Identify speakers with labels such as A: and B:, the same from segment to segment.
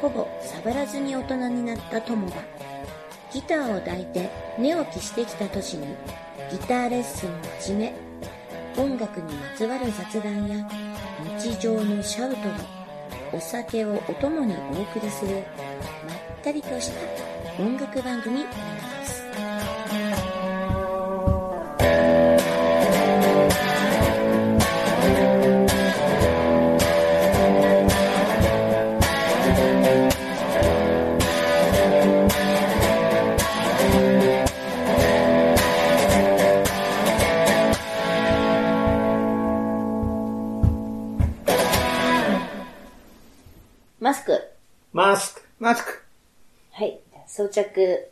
A: ほぼサボらずに大人になった友がギターを抱いて寝起きしてきた年にギターレッスンを始め音楽にまつわる雑談や日常のシャウトをお酒をお供にお送りするまったりとした音楽番組なのですマスク
B: マスク、マスク、
A: はい装着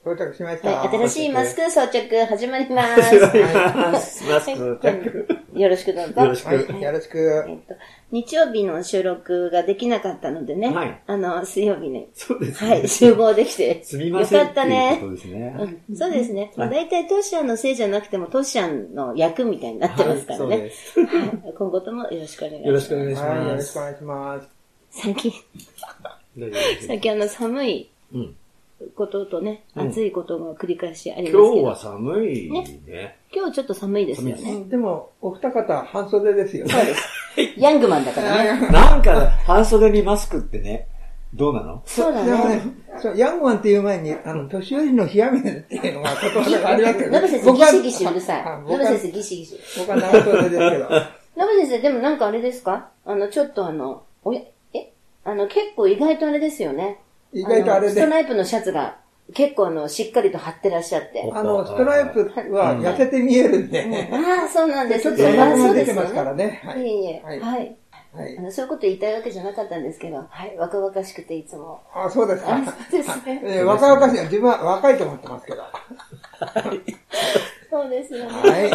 C: 到着しました。
A: はい、新しいマスク装着始まりま。
B: 始ますります。マスク、チャック。
A: よろしくどうぞ。
B: よろしく
C: はい、よろしく。
A: えっと、日曜日の収録ができなかったのでね、
B: はい
A: あの、水曜日ね、
B: そうですね。
A: はい、集合で きて。
B: すみません。
A: よかったね
B: っていうことですね。
A: うんそうですね。
B: はい
A: 大体トシアンのせいじゃなくてもトシアンの役みたいになってますから
B: そう
A: ね。
B: です。
A: はい今後ともよろしくお願いします。
B: よろしくお願いし
C: はい、よ
B: ま
C: ろしく
B: す。
C: お願いします。
A: 最近、
B: 大丈夫です
A: 最近あの寒い
B: うん
A: こととね、
B: うん
A: 暑いことが繰り返しありますけど、
B: 今日は寒いね。
A: 今日ちょっと寒いですよ
B: 寒
A: ね。
C: でも、お二方、半袖ですよね。
A: そうです。ヤングマンだから ね。
B: なんか、半袖にマスクってね、どうなの
A: そうだ
C: でもね
A: ね。、
C: そう、ヤングマンっていう前に、あの、年寄りの冷や水っていうのが言葉がありますけ
A: ノ
C: ど、
A: ブ先生ギシギシうるさい
C: あ。
A: ノ
C: 僕
A: ブ
C: は
A: 先、生ギシギシ。
C: 僕は長袖 ですけど。
A: ノブ先生、でもなんかあれですかあの、ちょっとあの、おや、えあの、結構意外とあれですよね。
C: 意外とあれ
A: の
C: で、
A: ストライプのシャツが結構あの、しっかりと張ってらっしゃって。
C: あの、ストライプは痩せて見えるんで、
A: ああ、そうなんです。
C: ちょっと
A: そうあ
C: 長
A: ー
C: 袖
A: そう
C: 出
A: ですよ
C: てますからね。はい
A: え
C: い。
A: いえ、は、
C: はいい
A: あ
C: はい。
A: の。そういうこと言いたいわけじゃなかったんですけど、はい、若々しくていつも。
C: あ、そうです
A: あ
C: か
A: ー。そうですね。
C: えー若々しい。自分は若いと思ってますけど。は
A: そうですよね。
C: い。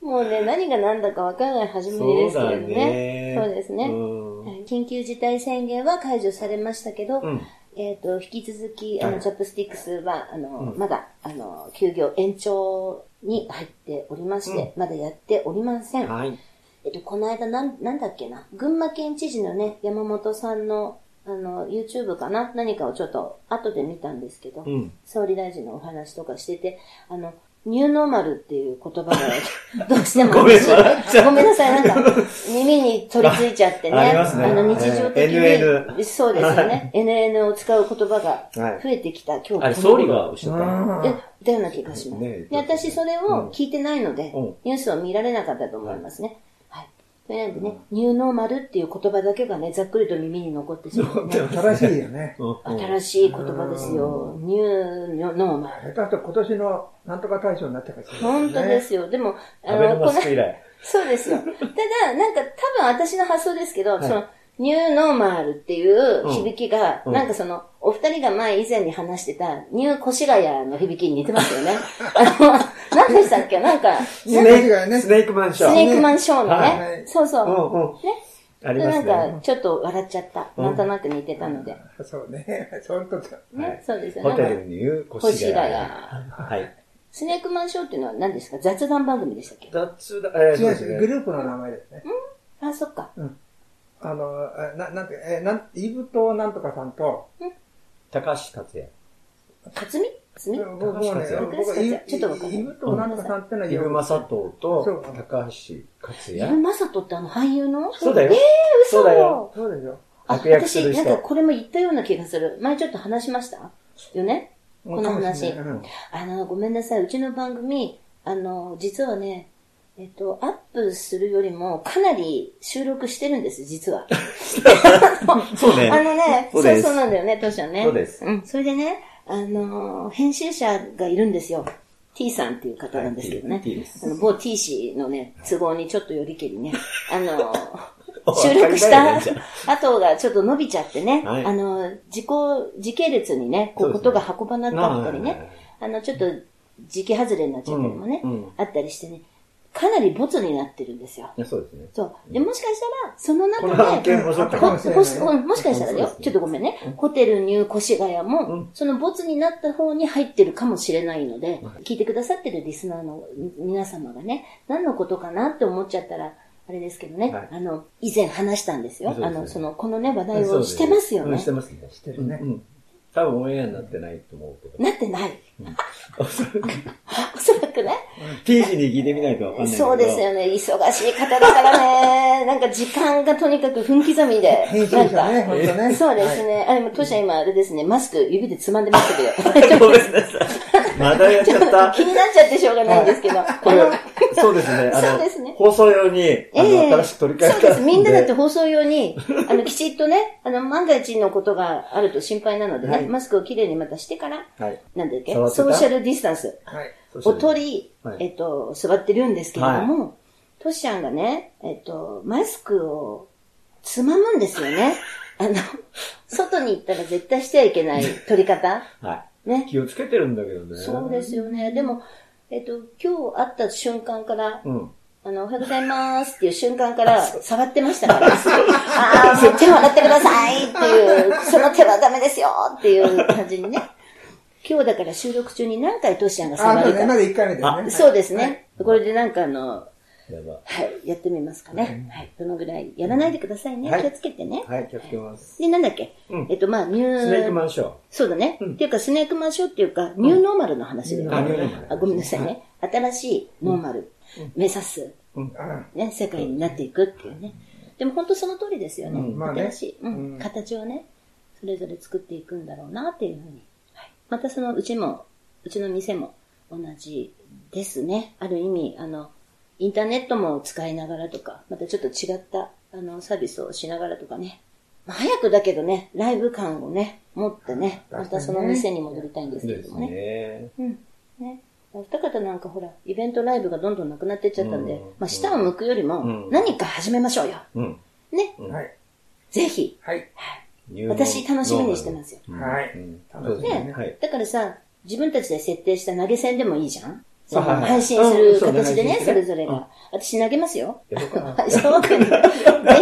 A: もうね、何が何だかわからない始まりですけれどね。そうですね、
B: うん
A: はい緊急事態宣言は解除されましたけど、
B: うん
A: えっ、と、引き続き、あ
B: は
A: の、
B: い
A: チャップスティックスは、あの、
B: うん
A: まだ、あの、休業延長に入っておりまして、まだやっておりません。
B: はい。
A: えっと、この間なん、なんだっけな、群馬県知事のね、山本さんの、あの、YouTube かな何かをちょっと後で見たんですけど、
B: うん。
A: 総理大臣のお話とかしてて、あの、ニューノーマルっていう言葉 が、どうしても
B: ごめん笑っちゃう
A: ごめんなさい、なん か、耳に取り付いちゃってね。
B: あありますね
A: の、日常的に、
B: えー NN
A: そうですよね。NN を使う言葉が
B: はい
A: 増えてきた、今日
B: あれ、総理がおっしゃったの
C: うん
A: で、だような気がします。
B: ね
A: で、私それを聞いてないので、
B: うん
A: ニュースを見られなかったと思いますね。はい。それなんでね、ニューノーマルっていう言葉だけがね、ざっくりと耳に残ってし まう、
B: で
A: ね。
B: も
C: 正しいよね。
B: うんうん
A: 新しい言葉ですよ。ニューノーマル。
C: 下手すると今年のなんとか大賞になってるかもしれない、
A: 本当で。すよ。でも、あ
B: アベノ
A: の、
B: マ
A: この
B: ス、ク以来。
A: そうですよ。ただ、なんか多分私の発想ですけど、
B: はい
A: その、ニューノーマルっていう
B: うん
A: 響きが、
B: うん
A: なんかその、お二人が前以前に話してた、ニュー越谷の響きに似てますよね。 あの、何でしたっけなんか、ス
C: イメージがね
B: ス、ネークマンション。
A: ネークマンショーのね。
B: はい
A: そうそうう。
B: んうん。
A: ね
B: あり
A: で
B: ま
A: な
B: す
A: ん
B: ね。
A: か、ちょっと笑っちゃった。
B: うん
A: なんとなく似てたので。
C: そうね。そういうことだ
A: ね、そうです
B: ホ
A: よ
B: テ
A: ね。
B: ルに言う
A: 越
B: 越谷。
A: 谷。
B: はい。
A: スネークマンショーっていうのは何ですか雑談番組でしたっけ
B: 雑だ、えー、
C: 違
B: そう
C: う
B: です
C: 違う
B: ね。
C: グループの名前ですね。
A: あ、そっか。
C: あの、えな、なんて、え、なん、イブとなんとかさんと、
B: 高橋克也。
A: かつみかつみ
C: 僕もね
B: 高橋克也、
C: 僕
A: 高橋克也ちょっとわかん
C: イ
A: ない
C: イブとなんとかさんってのは、
B: イブマサトウと
C: そう
B: 高橋克
A: イブ・
B: 也。
A: マサトってあの俳優の
B: そうだよ
A: えー、嘘
B: そうだよ
C: そうですよ。
A: あ、
B: 悪役する
A: 私、
B: 人
A: なんかこれも言ったような気がする。前ちょっと話しましたよねこの話
C: もうかもし
A: あの、ごめんなさい。うちの番組、あの、実はね、えっと、アップするよりもかなり収録してるんです、実は。
B: そう
A: あのね、そ
B: そううです
A: そうなんだよね、当初はね。
B: そうです
A: うん、それでね、あの、編集者がいるんですよ。T さんっていう方なんですけどね。
B: はい T- T です
A: あの某 T 氏のね、都合にちょっとよりけりね、あの、
B: お
A: 収録し
B: わかりだよ
A: た
B: ねじゃ
A: 後がちょっと伸びちゃってね、
B: はい
A: あの、時効、時系列にね、こう、
B: そう
A: こと
B: ですね
A: が運ばなかったり
B: はいはいはい
A: ね、あの、ちょっと時期外れになっちゃったりもね、
B: うんうん
A: あったりしてね、かなりボツになってるんですよ。
B: あそうですね。
A: そう。で、もしかしたら、その中
B: この案
A: で、
B: 件もちょっと
C: か
A: こ
C: もしれない
A: こしこもしかしたらだよ
B: そうです、ね
A: ちょっとごめんね、ホテルニュー越谷も、
B: うん
A: そのボツになった方に入ってるかもしれないので、聞いてくださってるリスナーの皆様がね、何のことかなって思っちゃったら、あれですけどね、
B: はい
A: あの、以前話したんですよ。
D: そう
A: あ
D: ですね
A: の、その、このね、話題
D: そう
A: を
D: です
A: してますよ
D: う
A: ね
D: ん、し。てますね。
C: してるね
D: うんうん。多分オンエアになってないと思 うけど。
A: なってない。
D: おそらく
A: おそらくね。
B: 定時に聞いてみないとわかんないけど。
A: そうですよね。忙しい方だからね。なんか時間がとにかく分刻みで。
C: 編集
A: なん
C: 者ね、
A: か
C: 本当ね。
A: そうですね。あ、でも、トシちゃん今、あれですね、マスク指でつまんでましたけど。
D: ごめんなさい。まだやっちゃった。
A: 気になっちゃってしょうがないんですけど。
D: これ、そうですね。あ
A: そう
D: の、
A: ですね
D: 放送用に、あの、
A: ええ
D: 新しく取り替えた
A: そうです。みんなだって放送用に、あの、きちっとね、あの、万が一のことがあると心配なのでね、
D: はい
A: マスクをきれいにまたしてから、
D: はい。
A: なんだっけ、
D: 触ってた
A: ソーシャルディスタンス
C: はい。
A: を取り、
D: はい
A: えっと、座ってるんですけれども、トシちゃんがね、えっと、マスクをつまむんですよね。あの、外に行ったら絶対してはいけない取り方。
D: は
A: ね
D: い。。気をつけてるんだけどね。
A: そうですよね。でも、えっと、今日会った瞬間から、
D: うん。
A: あの、おはようございますっていう瞬間から触ってましたから、ああ、もう手を洗ってくださいっていう、その手はダメですよっていう感じにね。今日だから収録中に何回トシちゃんが
C: あ、
A: 触
C: そう
A: る
C: ね、ま
A: か。
C: だ1回目だよね。
A: そうですね。これでなんかあの、
D: やば。
A: はい、やってみますかね。はい、そのぐらい。やらないでくださいね。
D: はい
A: 気をつけてね。
D: はい、気をつけます。
A: で、なんだっけ、
D: うん
A: えっと、まあ、ニュー、
D: スネークマンション。
A: そうだね。っていうか、スネークマンションっていうか、ニューノーマルの話で、
C: うん
D: あニューノーマル
A: あごめんなさいね。新しいノーマル、目指す、
C: うん
A: ね、世界になっていくっていうね。でも本当その通りですよね。
C: うんまあね
A: 新しい、うん
C: うん
A: 形をね、それぞれ作っていくんだろうなっていうふうに。はいまたそのうちも、うちの店も同じですね。ある意味、あの、インターネットも使いながらとか、またちょっと違った、あの、サービスをしながらとかね。まあ早くだけどね、ライブ感をね、持ってね、
C: 確かに
A: ま
C: ね
A: たその店に戻りたいんですけれ
D: で
A: ど
D: す
A: もね。
D: ね。
A: うん。ね。お二方なんかほら、イベントライブがどんどんなくなってっちゃったんで、
D: うん
A: まあ、下を向くより
D: う
A: も、
D: ん
A: 何か始めましょうよ。
D: うん。
A: ね。
D: うん。
C: はい。
A: ぜひ。
C: はい。
A: 私楽しみにしてますすよ。
D: うん
C: はい
D: うん
C: 楽
D: そう
C: しみ
D: です
A: ね
D: ね。はい。
A: だからさ、自分たちで設定した投げ銭でもいいじゃんその
D: あはいはい
A: 配信する形でね
D: う、ん
A: そ
D: そうね
A: れぞれが。私投げますよ。
D: やろうかな。
A: はい、そう かねぜ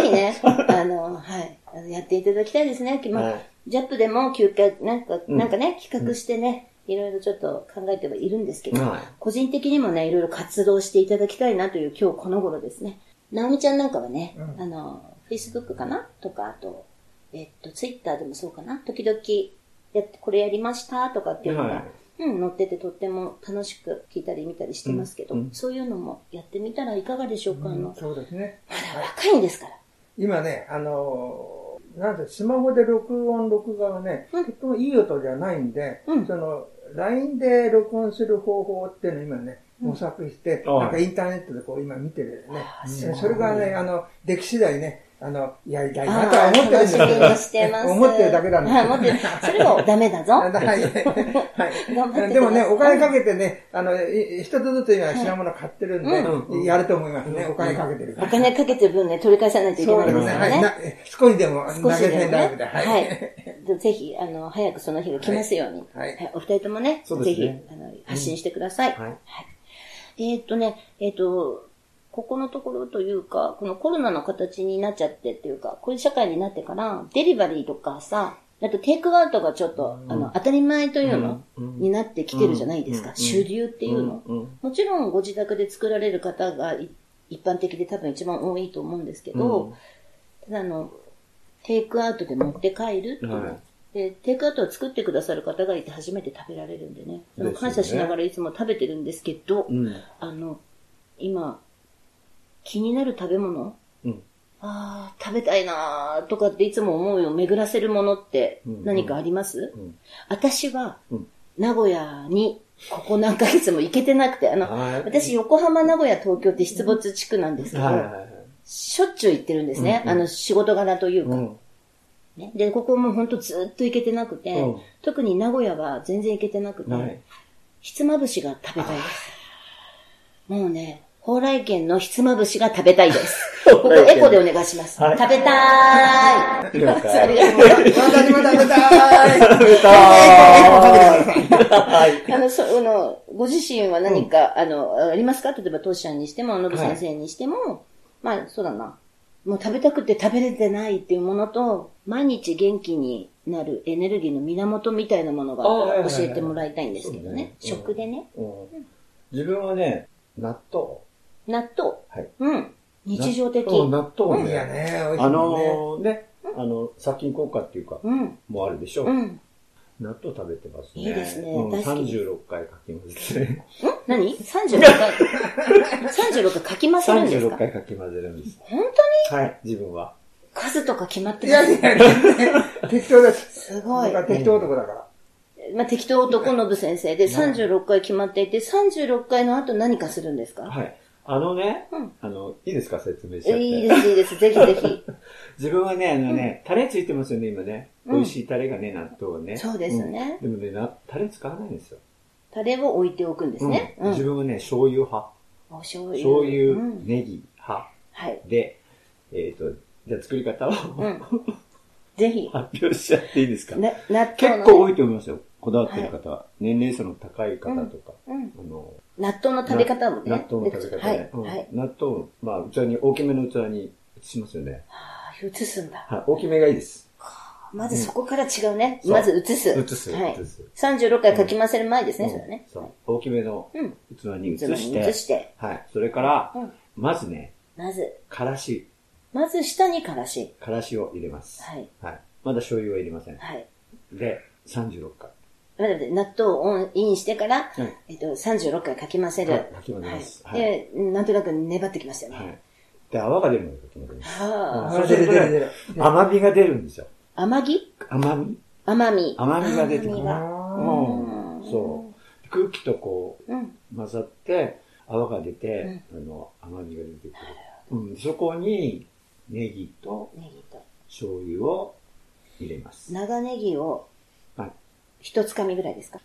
A: ひね、あの、はい、あのやっていただきたいですね。まあ
D: はい
A: ジャップでも休暇、なんか、
D: うん
A: なんかね、企画してね、いろいろちょっと考えてはいるんですけど、
D: はい
A: 個人的にもね、いろいろ活動していただきたいなという今日この頃ですね。なおみちゃんなんかはね、
C: うん
A: あの、Facebook かなとか、あと、えっと、Twitter でもそうかな時々、やって、これやりましたとかっていうのが、
D: はい
A: うん、載っててとっても楽しく聞いたり見たりしてますけど、
D: うんうん
A: そういうのもやってみたらいかがでしょうか、あの、
C: そうですね。
A: 若いんですから。
C: 今ね、あのー、なんで、スマホで録音、録画はね、
A: うん
C: とってもいい音じゃないんで、
A: うん
C: その、LINE で録音する方法っていうのを今ね、模索して、
D: はい
C: なんかインターネットでこう今見てるよね。
A: あ
C: うんそれがね、あの、でき次第ね、あの、やりたいなとは
A: あ
C: 思ってるん
A: 楽
C: で
A: し
C: す
A: み
C: け
A: に
C: ど、
A: してます。
C: 思ってるだけなんです
A: はい、思ってる。それもダメだぞ。
C: はい。
A: 頑張ってくださ
C: はいい。 でもね、お金かけてね、あの、い一つずつ今品物買ってるんで、
A: はい
D: うん
C: やると思いますね。お金かけてるか
A: お
C: ら。
A: 金かけてる分ね、取り返さないといけ
C: そ
A: な
C: う
A: い
C: で
A: ですす
C: ね。
A: か
C: は
A: ら
C: い。な
A: ね。
C: 少しでも投
A: 少
C: げ
A: しでも
C: 銭ライブ
A: ね。
C: で。
A: は
C: はい い。。
A: でぜひ、あの、早くその日が来ますように。
C: はい
A: はいお二人ともね、
D: そう
A: ぜ
D: です
A: ひ
D: ね、
A: あの、発信してください。
D: はい。
A: えーっとね、えーっと、ここのところというか、このコロナの形になっちゃってっていうか、こういう社会になってから、デリバリーとかさ、あとテイクアウトがちょっと、あの、当たり前というの、
D: うんうん
A: になってきてるじゃないですか。
D: うん
A: 主流っていうの。
D: うんうん
A: もちろんご自宅で作られる方がい一般的で多分一番多いと思うんですけ
D: う
A: ど
D: ん、
A: ただあの、テイクアウトで持って帰るっていう、
D: はい
A: で、テイクアウトを作ってくださる方がいて初めて食べられるんでね、その
D: ですよ
A: 感
D: ね
A: 謝しながらいつも食べてるんですけど、
D: うん。
A: あの、今、気になる食べ物
D: うん。
A: ああ、食べたいなーとかっていつも思いを巡らせるものって
D: うん
A: 何かあります、
D: うん
A: 私は
D: うん、
A: 名古屋にここ何ヶ月も行けてなくて、あの、
D: はい
A: 私、横浜、名古屋、東京って出没地区なんですけど、
D: はいはいはい。
A: しょっちゅう行ってるんですね。
D: うん
A: あの、仕事柄という
D: う
A: か、
D: ん。
A: ね。で、ここも本当ずっと行けてなくて、
D: うん
A: 特に名古屋は全然行けてなくて、
D: はい。
A: ひつまぶしが食べたいです。もうね、蓬莱県のひつまぶしが食べたい です。ここ
D: 蓬莱
A: エ
D: 軒
A: コでお願いします。
D: はい
A: 食べたーい。
D: 了解。
A: ありがとうございます
C: 私も食べたい
D: 食べたはい。
A: あ の、そう、あの、ご自身は何か、あの、ありますか例えば、当社にしても、のぶ先生にしても、まあ、そうだな。もう食べたくて食べれてないっていうものと、毎日元気になるエネルギーの源みたいなものが
D: あはいはいはい
A: 教えてもらいたいんですけどね。
D: そうね
A: 食でね。
D: うん自分はね、納豆。
A: 納豆。
D: はい
A: うん。日常的。
D: そう、納豆
C: いや
D: ね。
C: ね、美味しい
D: あ
C: もんね。
D: のー、ね、あの、殺菌効果っていうか、
A: うん。
D: もあるでしょ
A: う。ん。
D: 納豆食べてます
A: い
D: ね。
A: いですね
D: うん
A: 大好き
D: 36回書き混ぜてね。
A: 何 ?36 回。36回書きませるんです
D: 36
A: か
D: 回書き混ぜるんです。
A: 本
D: はい、自分は。
A: 数とか決まって
C: い
A: ま
C: や
A: す
C: いやいや、適当です。
A: すごい
C: 僕。は適当男だから。
A: まあ、適当男の部先生で36回決まっていて、36回の後何かするんですか
D: はい。あのね
A: うん、
D: あの、いいですか説明しちゃって。
A: いいです、いいです。ぜひぜひ。
D: 自分はね、あのね、タレついてますよね、今ね。
A: うん
D: 美味しいタレがね、納豆は ね。
A: そうですね
D: うん。でもね、なタレ使わないんですよ。
A: タレを置いておくんですね。
D: うん
A: うん。
D: 自分はね、醤油派、
A: お醤油。
D: 醤油、
A: うん
D: ネギ派
A: はい。
D: で、えっ、と、じゃあ作り方を
A: うん。ぜひ。
D: 発表しちゃっていいですか、
A: な納豆
D: 結
A: の、
D: 構多いと思いますよ。こだわってる方は。年齢層の高い方とか。
A: うん。
D: あの
A: 納豆の食べ方もね。
D: な納豆の食べ方ね。
A: はい。は
D: う
A: い。
D: ん納豆を、まあ、器に、大きめの器に移しますよね。
A: ああ、移すんだ。
D: はい、大きめがいいです。
A: まずそこから違うね。
D: うん
A: まず移す。
D: 移す、
A: は
D: 移
A: い。
D: す。
A: 36回書きませる前ですね、
D: うん
A: それはね。
D: そう。大きめの
A: うん。
D: 器に移
A: 器に
D: して、
A: 移して
D: はい。それから、
A: うん
D: まずね、
A: まず、
D: からし、
A: まず下にからし。
D: からしを入れます。
A: はい。
D: はい。まだ醤油は入れません。
A: はい。
D: で、36回。
A: なので、納豆をオンインしてから、
D: はい
A: えっと、36回かき混ぜる。
D: はいかき混ぜます
A: はいで、なんとなく粘ってきましたよね。
D: はい。で、泡が出るのがとても出ます。
A: はあ、
D: そう
C: 出る出る出る。
D: 甘みが出るんですよ。
A: 甘ぎ
D: 甘み
A: 甘み。
D: 甘みが出てく
A: 甘
D: る。う
A: み
D: ん
A: がうん
D: そう。空気とこ
A: うん。
D: う混ざって、泡が出て、あの、甘みが出てくる。うん。そこに、ネギと
A: ネギと。
D: 醤油を入れます。
A: 長ネギを
D: はい。
A: 一つかみぐらいですか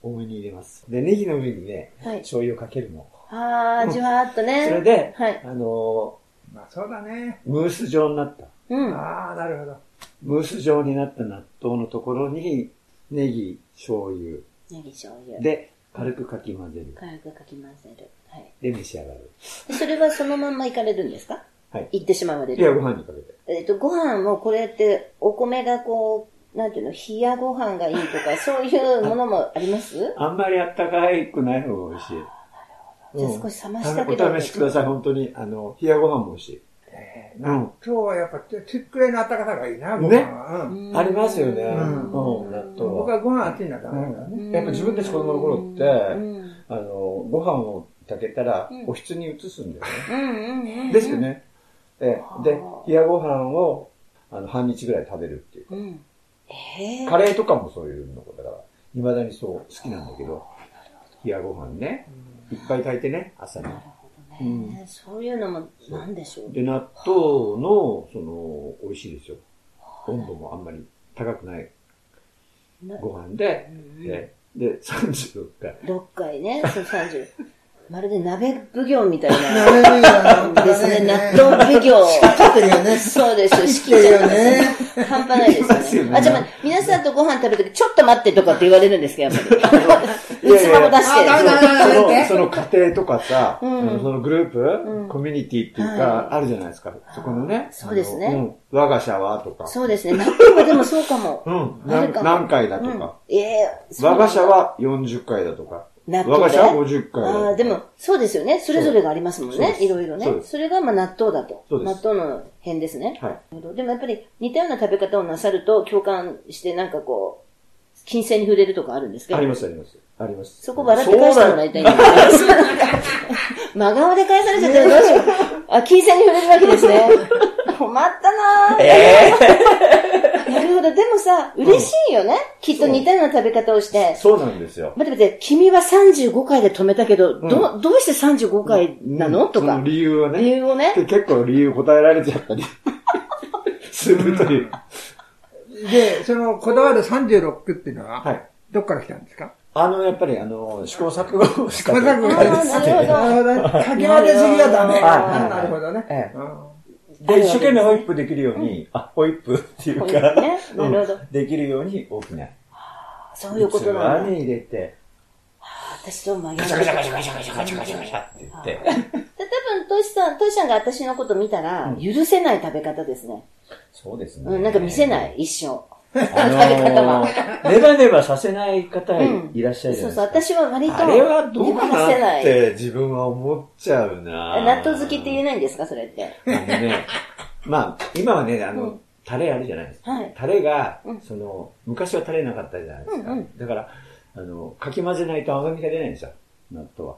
D: 多めに入れます。で、ネギの上にね、
A: はい。
D: 醤油をかけるの。
A: ああ、じわーっとね。
D: それで、
A: はい。
D: あの
C: まあそうだね。
D: ームース状になった。
A: うん。
C: ああ、なるほど。
D: ムース状になった納豆のところに、ネギ、醤油、
A: ネギ醤油。
D: で、軽くかき混ぜる。
A: 軽くかき混ぜる。はい。
D: で、召し上がる。
A: でそれはそのまんまいかれるんですか
D: はい。
A: 行ってしまうまで
D: いや、ご飯にかけて。
A: えっ、と、ご飯もこれって、お米がこう、なんていうの、冷やご飯がいいと か、そういうものもあります
D: あんまりあったかいくない方が美味しい。
A: じゃあ
D: うん
A: 少し冷ましたけど。
D: お試しください、本当に。あの、冷やご飯も美味し
C: え
D: い。
C: ー
D: うん。
C: 今日はやっぱ、ちっくらいの暖かさがいいな、
D: ね
C: ご飯は。うん
A: うん
D: ありますよね。う
C: うん
D: ん、納豆
C: 僕
D: は。
C: はご飯暑いなダメだから
A: う
C: ね。
A: ん
D: やっぱ自分たち子供の頃って
A: うん
D: あの、ご飯を炊けたら
A: うん、
D: おひつに移すんだよね。
A: うんうんうん。
D: ですよ。ね。え
A: あー
D: えで、冷やご飯を、あの、半日ぐらい食べるっていうか。
A: うん。えー
D: カレーとかもそういうのだから、未だにそう、好きなんだけど、冷やご飯ね、いっぱい炊いてね、朝に
A: な。るほどね。そういうのも、なんでしょう。
D: で、納豆の、その、美味しいですよ。温度もあんまり高くない
A: な
D: ご飯で、で、で、36回。
A: 6回ね、その30。まるで鍋奉行みたいな。
C: なるほどな
A: ですね、納豆奉行。
C: 立ってるよね。
A: そうです。仕
C: 切ってるよね。
A: 半端ない
D: いま
A: です
D: す
A: よ
D: よ
A: ね。
D: ね
A: あ、じゃあ、皆さんとご飯食べるとき、ちょっと待ってとかって言われるんですけど、や っぱり。
D: いやい
A: ス
D: や
A: マホ出して。
C: あダメだ
D: その、その家庭とかさ、
A: うん
D: あのそのグループ、
A: ん
D: コミュニティっていう
A: は
D: か、あるじゃないですか。そこのね。
A: そうですね
D: あの。うん我が社はとか。
A: そうですね。納豆はでもそうかも。
D: うん。
A: あ
D: な
A: るかも
D: 何回だ
A: う
D: と
A: ん
D: か。。
A: ええ
D: 我が社、は40回だとか。
A: 納
D: 我
A: 豆
D: が
A: で
D: 社は50回だと
A: あ
D: か。
A: あ、でも、そうですよね。それぞれがありますもん
D: そう
A: ね
D: で。す
A: いろいろね
D: そうで。す
A: それが、まあ、納豆だと。
D: そうで
A: 納
D: す
A: 豆の辺ですね。
D: はい。
A: でもやっぱり、似たような食べ方をなさると、共感して、なんかこう、金銭に触れるとかあるんですけど。
D: あります、あります。あります。
A: そこ笑って返してもらいたいんだけど。そうなんか真顔で返されちゃったらどうしよう。 あ、金銭に触れるわけですね。困ったなぁ。なるほど。でもさ、嬉しいよね。きっと似たような食べ方をして。
D: そうなんですよ。
A: 待って待って、君は35回で止めたけど、
D: ん
A: ど、どうして35回なの、
D: うん
A: と
D: そ
A: か
D: の。理由は
A: 理
D: ね。
A: 由をね。
D: け結構理由答えられち ゃったりするという。
C: で、その、こだわる36区っていうのは、
D: はい。
C: どっから来たんですか
D: あの、やっぱり、あの、試行錯誤をしたという。
C: 試行錯誤
A: あ
C: が
A: あ、
C: ある
A: なるほど。
C: なるほどね。かき混ぜすぎはダメ。
D: はい
C: なるほどね。
D: ええ
C: うん
D: で、一生懸命ホイップできるように、あ、ホイップっていう
A: ホイッ
D: か、
A: プね
D: うん
A: なるほど
D: できるように大きな。
A: そういうことなん
D: 器
A: だ。
D: に入れて、
A: 私と真逆。
D: ガシャガシャガシャガシャガシャガシャガシャガシャって言って。
A: で多分、トシさん、トシさんが私のこと見たら、許せない食べ方ですね。
D: そうですね。
A: うん、なんか見せない、一生。
D: あのー、ネバネバさせない方
A: うん
D: いらっしゃるじゃ
A: そう
D: ないです
A: そう、私
D: か。
A: は割と、
D: あれはどうか
A: 見逃せ
D: な
A: な
D: っ
A: い。
D: て自分は思っちゃうな
A: 納豆好きって言え
D: う。
A: ないんですか、それって。
D: あのね、まあ、今はね、あ
A: う
D: の、タレあるじゃないですか。
A: はい。
D: タレが
A: うん、
D: その、昔はタレなかったじゃないですか。
A: うんう
D: だから、あの、かき混ぜないと甘みが出ないんですよ、納豆は。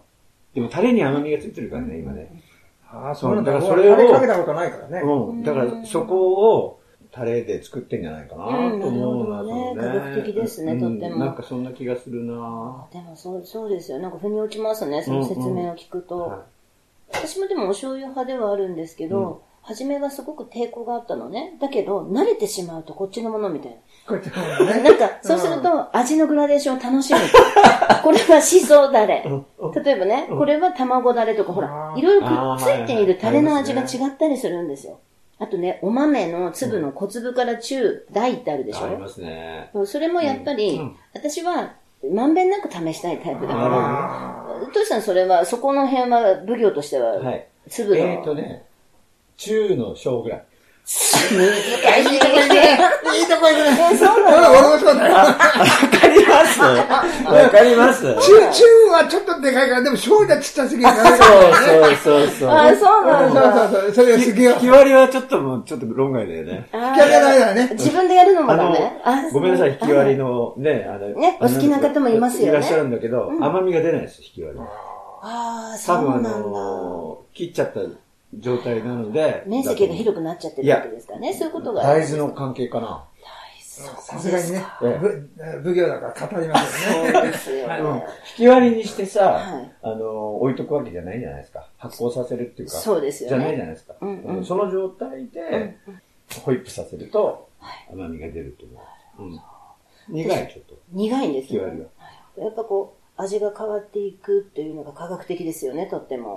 D: でもタレに甘みがついてるからね、今ね。
C: ああ、そうなんだ。
D: うんだ
C: 俺
D: から
C: あ
D: それを
C: れかけたことないからね。
D: うん。だから、そこを、タレで作ってんじゃないかなと思うな、
A: うんなるほどね
D: その
A: 科学的ですね
D: うん
A: とっても
D: なんかそんな気がするな
A: でもそう、そうですよ。なんか腑に落ちますね、その説明を聞くと。
D: は
A: 私もでもお醤油派ではあるんですけど、初めはすごく抵抗があったのね。だけど、慣れてしまうとこっちのものみたいな。
C: こうやってもね
A: なんか、そうすると、味のグラデーションを楽しむ。 これはしそだれ。例えばね、これは卵だれとか、ほら
C: あ、ー
A: いろいろくっついている
D: あー
A: タ
D: はいはい
A: レの味が
D: あります
A: 違ったりするんですよ。あとね、お豆の粒の小粒から中、大ってあるで
D: い。
A: し
D: あり
A: ょ
D: ますね。
A: それもやっぱり
D: うんうん、
A: 私は、まんべんなく試したいタイプだか
C: あ
A: ら、トシさんそれは、そこの辺は、奉行として
D: は
A: は、
D: い。
A: 粒の。
D: えーとね、中の小ぐらい。
C: あ、いいとこ行くね。いいとこ行くね。そうな俺もそうだよ。
D: わかりますわかりますそう
C: 中、中はちょっとでかいから、でも小じゃちっちゃすぎるからね。
D: そうそうそう。
A: あ、そうなんだ。
C: そうそうそう。それがすげえよ。
D: 引き割りはちょっともう、ちょっと論外だよね。
A: あー
C: 聞かれないからね
A: 自分でやるのも
D: あ
A: ダ
D: の
A: メ。あ、
D: ごめんなさい、引き割り
A: の。
D: のね、あの、
A: ねお好きな方もいますよね
D: いらっしゃるんだけど、甘みが出ないです、引き割り。
A: ああ、そ
D: 多
A: う
D: 分
A: な
D: あ
A: んだ。
D: の、切っちゃった状態なので、
A: 面積が広くなっちゃってるわけですからね。そういうことが。
D: 大豆の関係かな。
C: さすがにね、
D: ええ
C: ぶ奉行だから語りますよね。
A: そうですよ
D: うん
A: ね。
D: 引き割りにして
A: は
D: さ
A: い、
D: あの、置いとくわけじゃないじゃないですか。発酵させるっていうか。
A: そうですよ
D: じゃないじ
A: ね。
D: ゃないですか。
A: うんうん
D: その状態で、ホイップさせると、甘みが出ると思う。うん苦い、ちょっと。
A: 苦いんで
D: 引
A: す
D: き
A: よ。
D: 割り
A: や
D: が。
A: っぱこう、味が変わっていくっていうのが科学的ですよね、とっても。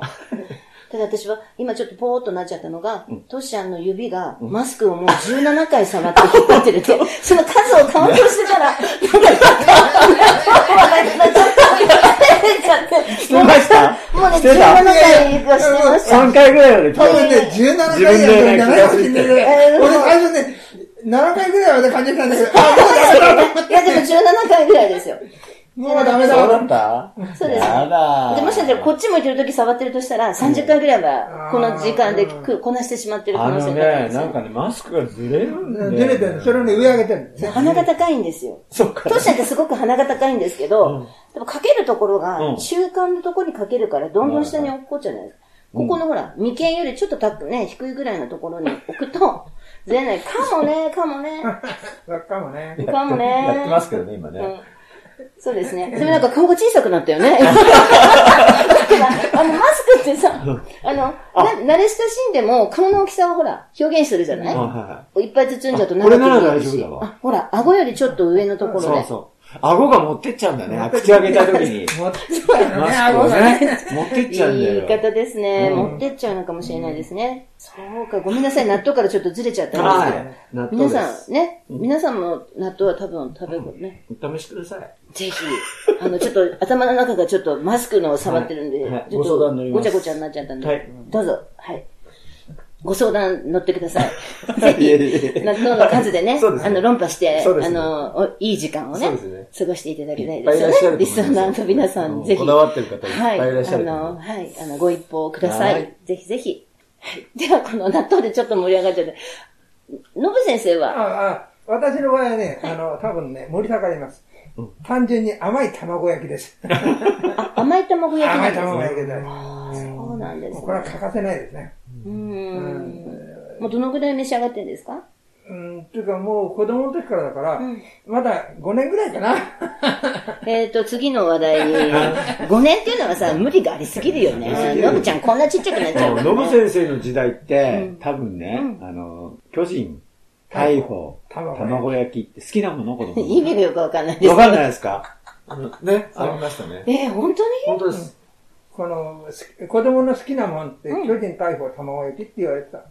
A: ただ私は、今ちょっとポーっとなっちゃったのが、トシちゃんの指がマスクをもう17回触って引っ張ってるって、その数をカウントしてたら、なんか、なんか、なんか、ちょっと、
D: てました
A: もうね、17
D: してた
A: 回はしてました。
D: 3回ぐらいまで
C: 多分ね、17回やってるんじゃないかもしれないぐらい。俺最初ね、7回ぐらいまで感じたんだけど、あ、
A: いや、でも17回ぐらいですよ。
C: もうダメだ。
D: そ
C: も
D: う
C: う
D: だ
C: ダ
D: っ
C: メだ。
D: た
A: そうです
D: やだ
A: でもしかしたらこっち向いてる時触ってるとしたら、30回ぐらいは、この時間でくこなしてしまってる可
D: あ
A: 能
D: の
A: 性が高い
D: ね、
A: です
D: なん
A: よ。
D: かね、マスクがずれるんだよね
C: 出れてる。それをね、上上げてるんだよね。
A: 鼻が高いんですよ。
D: そっか。
A: トシちゃんってすごく鼻が高いんですけど、でもかけるところ
D: う
A: が
D: ん、
A: 中間のところにかけるから、どんどん下に置くことじゃないですか。ここのほら、眉間よりちょっと高くね、低いぐらいのところに置く と、ずれない。かもね、かもね、
C: わっかもね。
A: かもね。
D: やってますけどね、今
A: う
D: ね。
A: んそうですね。でもなんか顔が小さくなったよ ね。だから、あの、マスクってさ、あの、な慣れ親しんでも顔の大きさをほら、表現するじゃない、
D: あはい
A: っぱい包んじゃうと
D: あこれなら
A: 長く見えるし
D: 大丈夫だわ
A: あ、ほら、顎よりちょっと上のところで。
D: そうそう。顎が持ってっちゃうんだね。口開けた時に。
C: 持ってきたよ
D: マ
C: ね、
D: スク
C: 顎
D: を
C: がね。
D: ね、持ってっちゃうんだ
A: いい
D: よ。
A: 言い方ですね、
D: うん
A: 持ってっちゃうのかもしれないですね。そうか。ごめんなさい。納豆からちょっとずれちゃったんですけど。
D: はい。納豆
A: 皆
D: で
A: さ
D: す
A: ん、。ね、皆さんも納豆は多分食べるね。
D: お試しください。
A: ぜひ、あの、ちょっと、頭の中がちょっとマスクの触ってるんで、
D: はいはい
A: ちょっ
D: ご相談乗
A: と、
D: り
A: ご
D: ます
A: ちゃごちゃになっちゃったんで、
D: はい
A: どうぞ、はい。ご相談乗ってください。ぜ
D: いえいえい
A: ひ、
D: え
A: 納豆の数でね、
D: そうです
A: あ
D: ね
A: の、論破して、
D: そうで
A: あ
D: すね
A: の、おいい時間をね
D: そうですね
A: 過ごしていただきた
D: い
A: い
D: っぱ
A: で
D: いい
A: すよ
D: らっ
A: ね
D: しゃ。る
A: リス
D: と思います
A: ナーの皆さ
D: あ
A: ん、
D: の
A: ぜひ。
D: こだわってる方いっぱいいらっしゃると
A: はい、あの、
D: 思いま
A: はい、あの、ご一報ください。
D: はい
A: ぜひぜひ。はい。では、この納豆でちょっと盛り上がっちゃって、のぶ先生は、
C: ああ私の場合はね、あの、多分ね、盛り下がります。単純に甘い卵焼きです。
A: あ甘い卵焼き
C: 甘
A: ないんです
C: 卵
A: ね。
C: 焼きです。
A: そうなんですね
C: もうこれは欠かせないですね。
A: うーん。もうどのぐらい召し上がってんですか
C: うん、というかもう子供の時からだから、
A: うん
C: まだ5年ぐらいかな。
A: えっ、と、次の話題に、5年っていうのはさ、無理がありすぎるよね。のぶちゃんこんなちっちゃくなっちゃう
D: ノブ
A: からね。
D: 先生の時代って、多分ね、あの、巨人、大砲、
C: 卵
D: 卵焼きって好きなもの子供。
A: 意味がよくわかん ないです。
D: わかんないですかあのね、ありましたね。
A: えー、本当に
D: 本当です。
C: この、すき子供の好きなもんって、巨人大砲卵焼きって言われてた。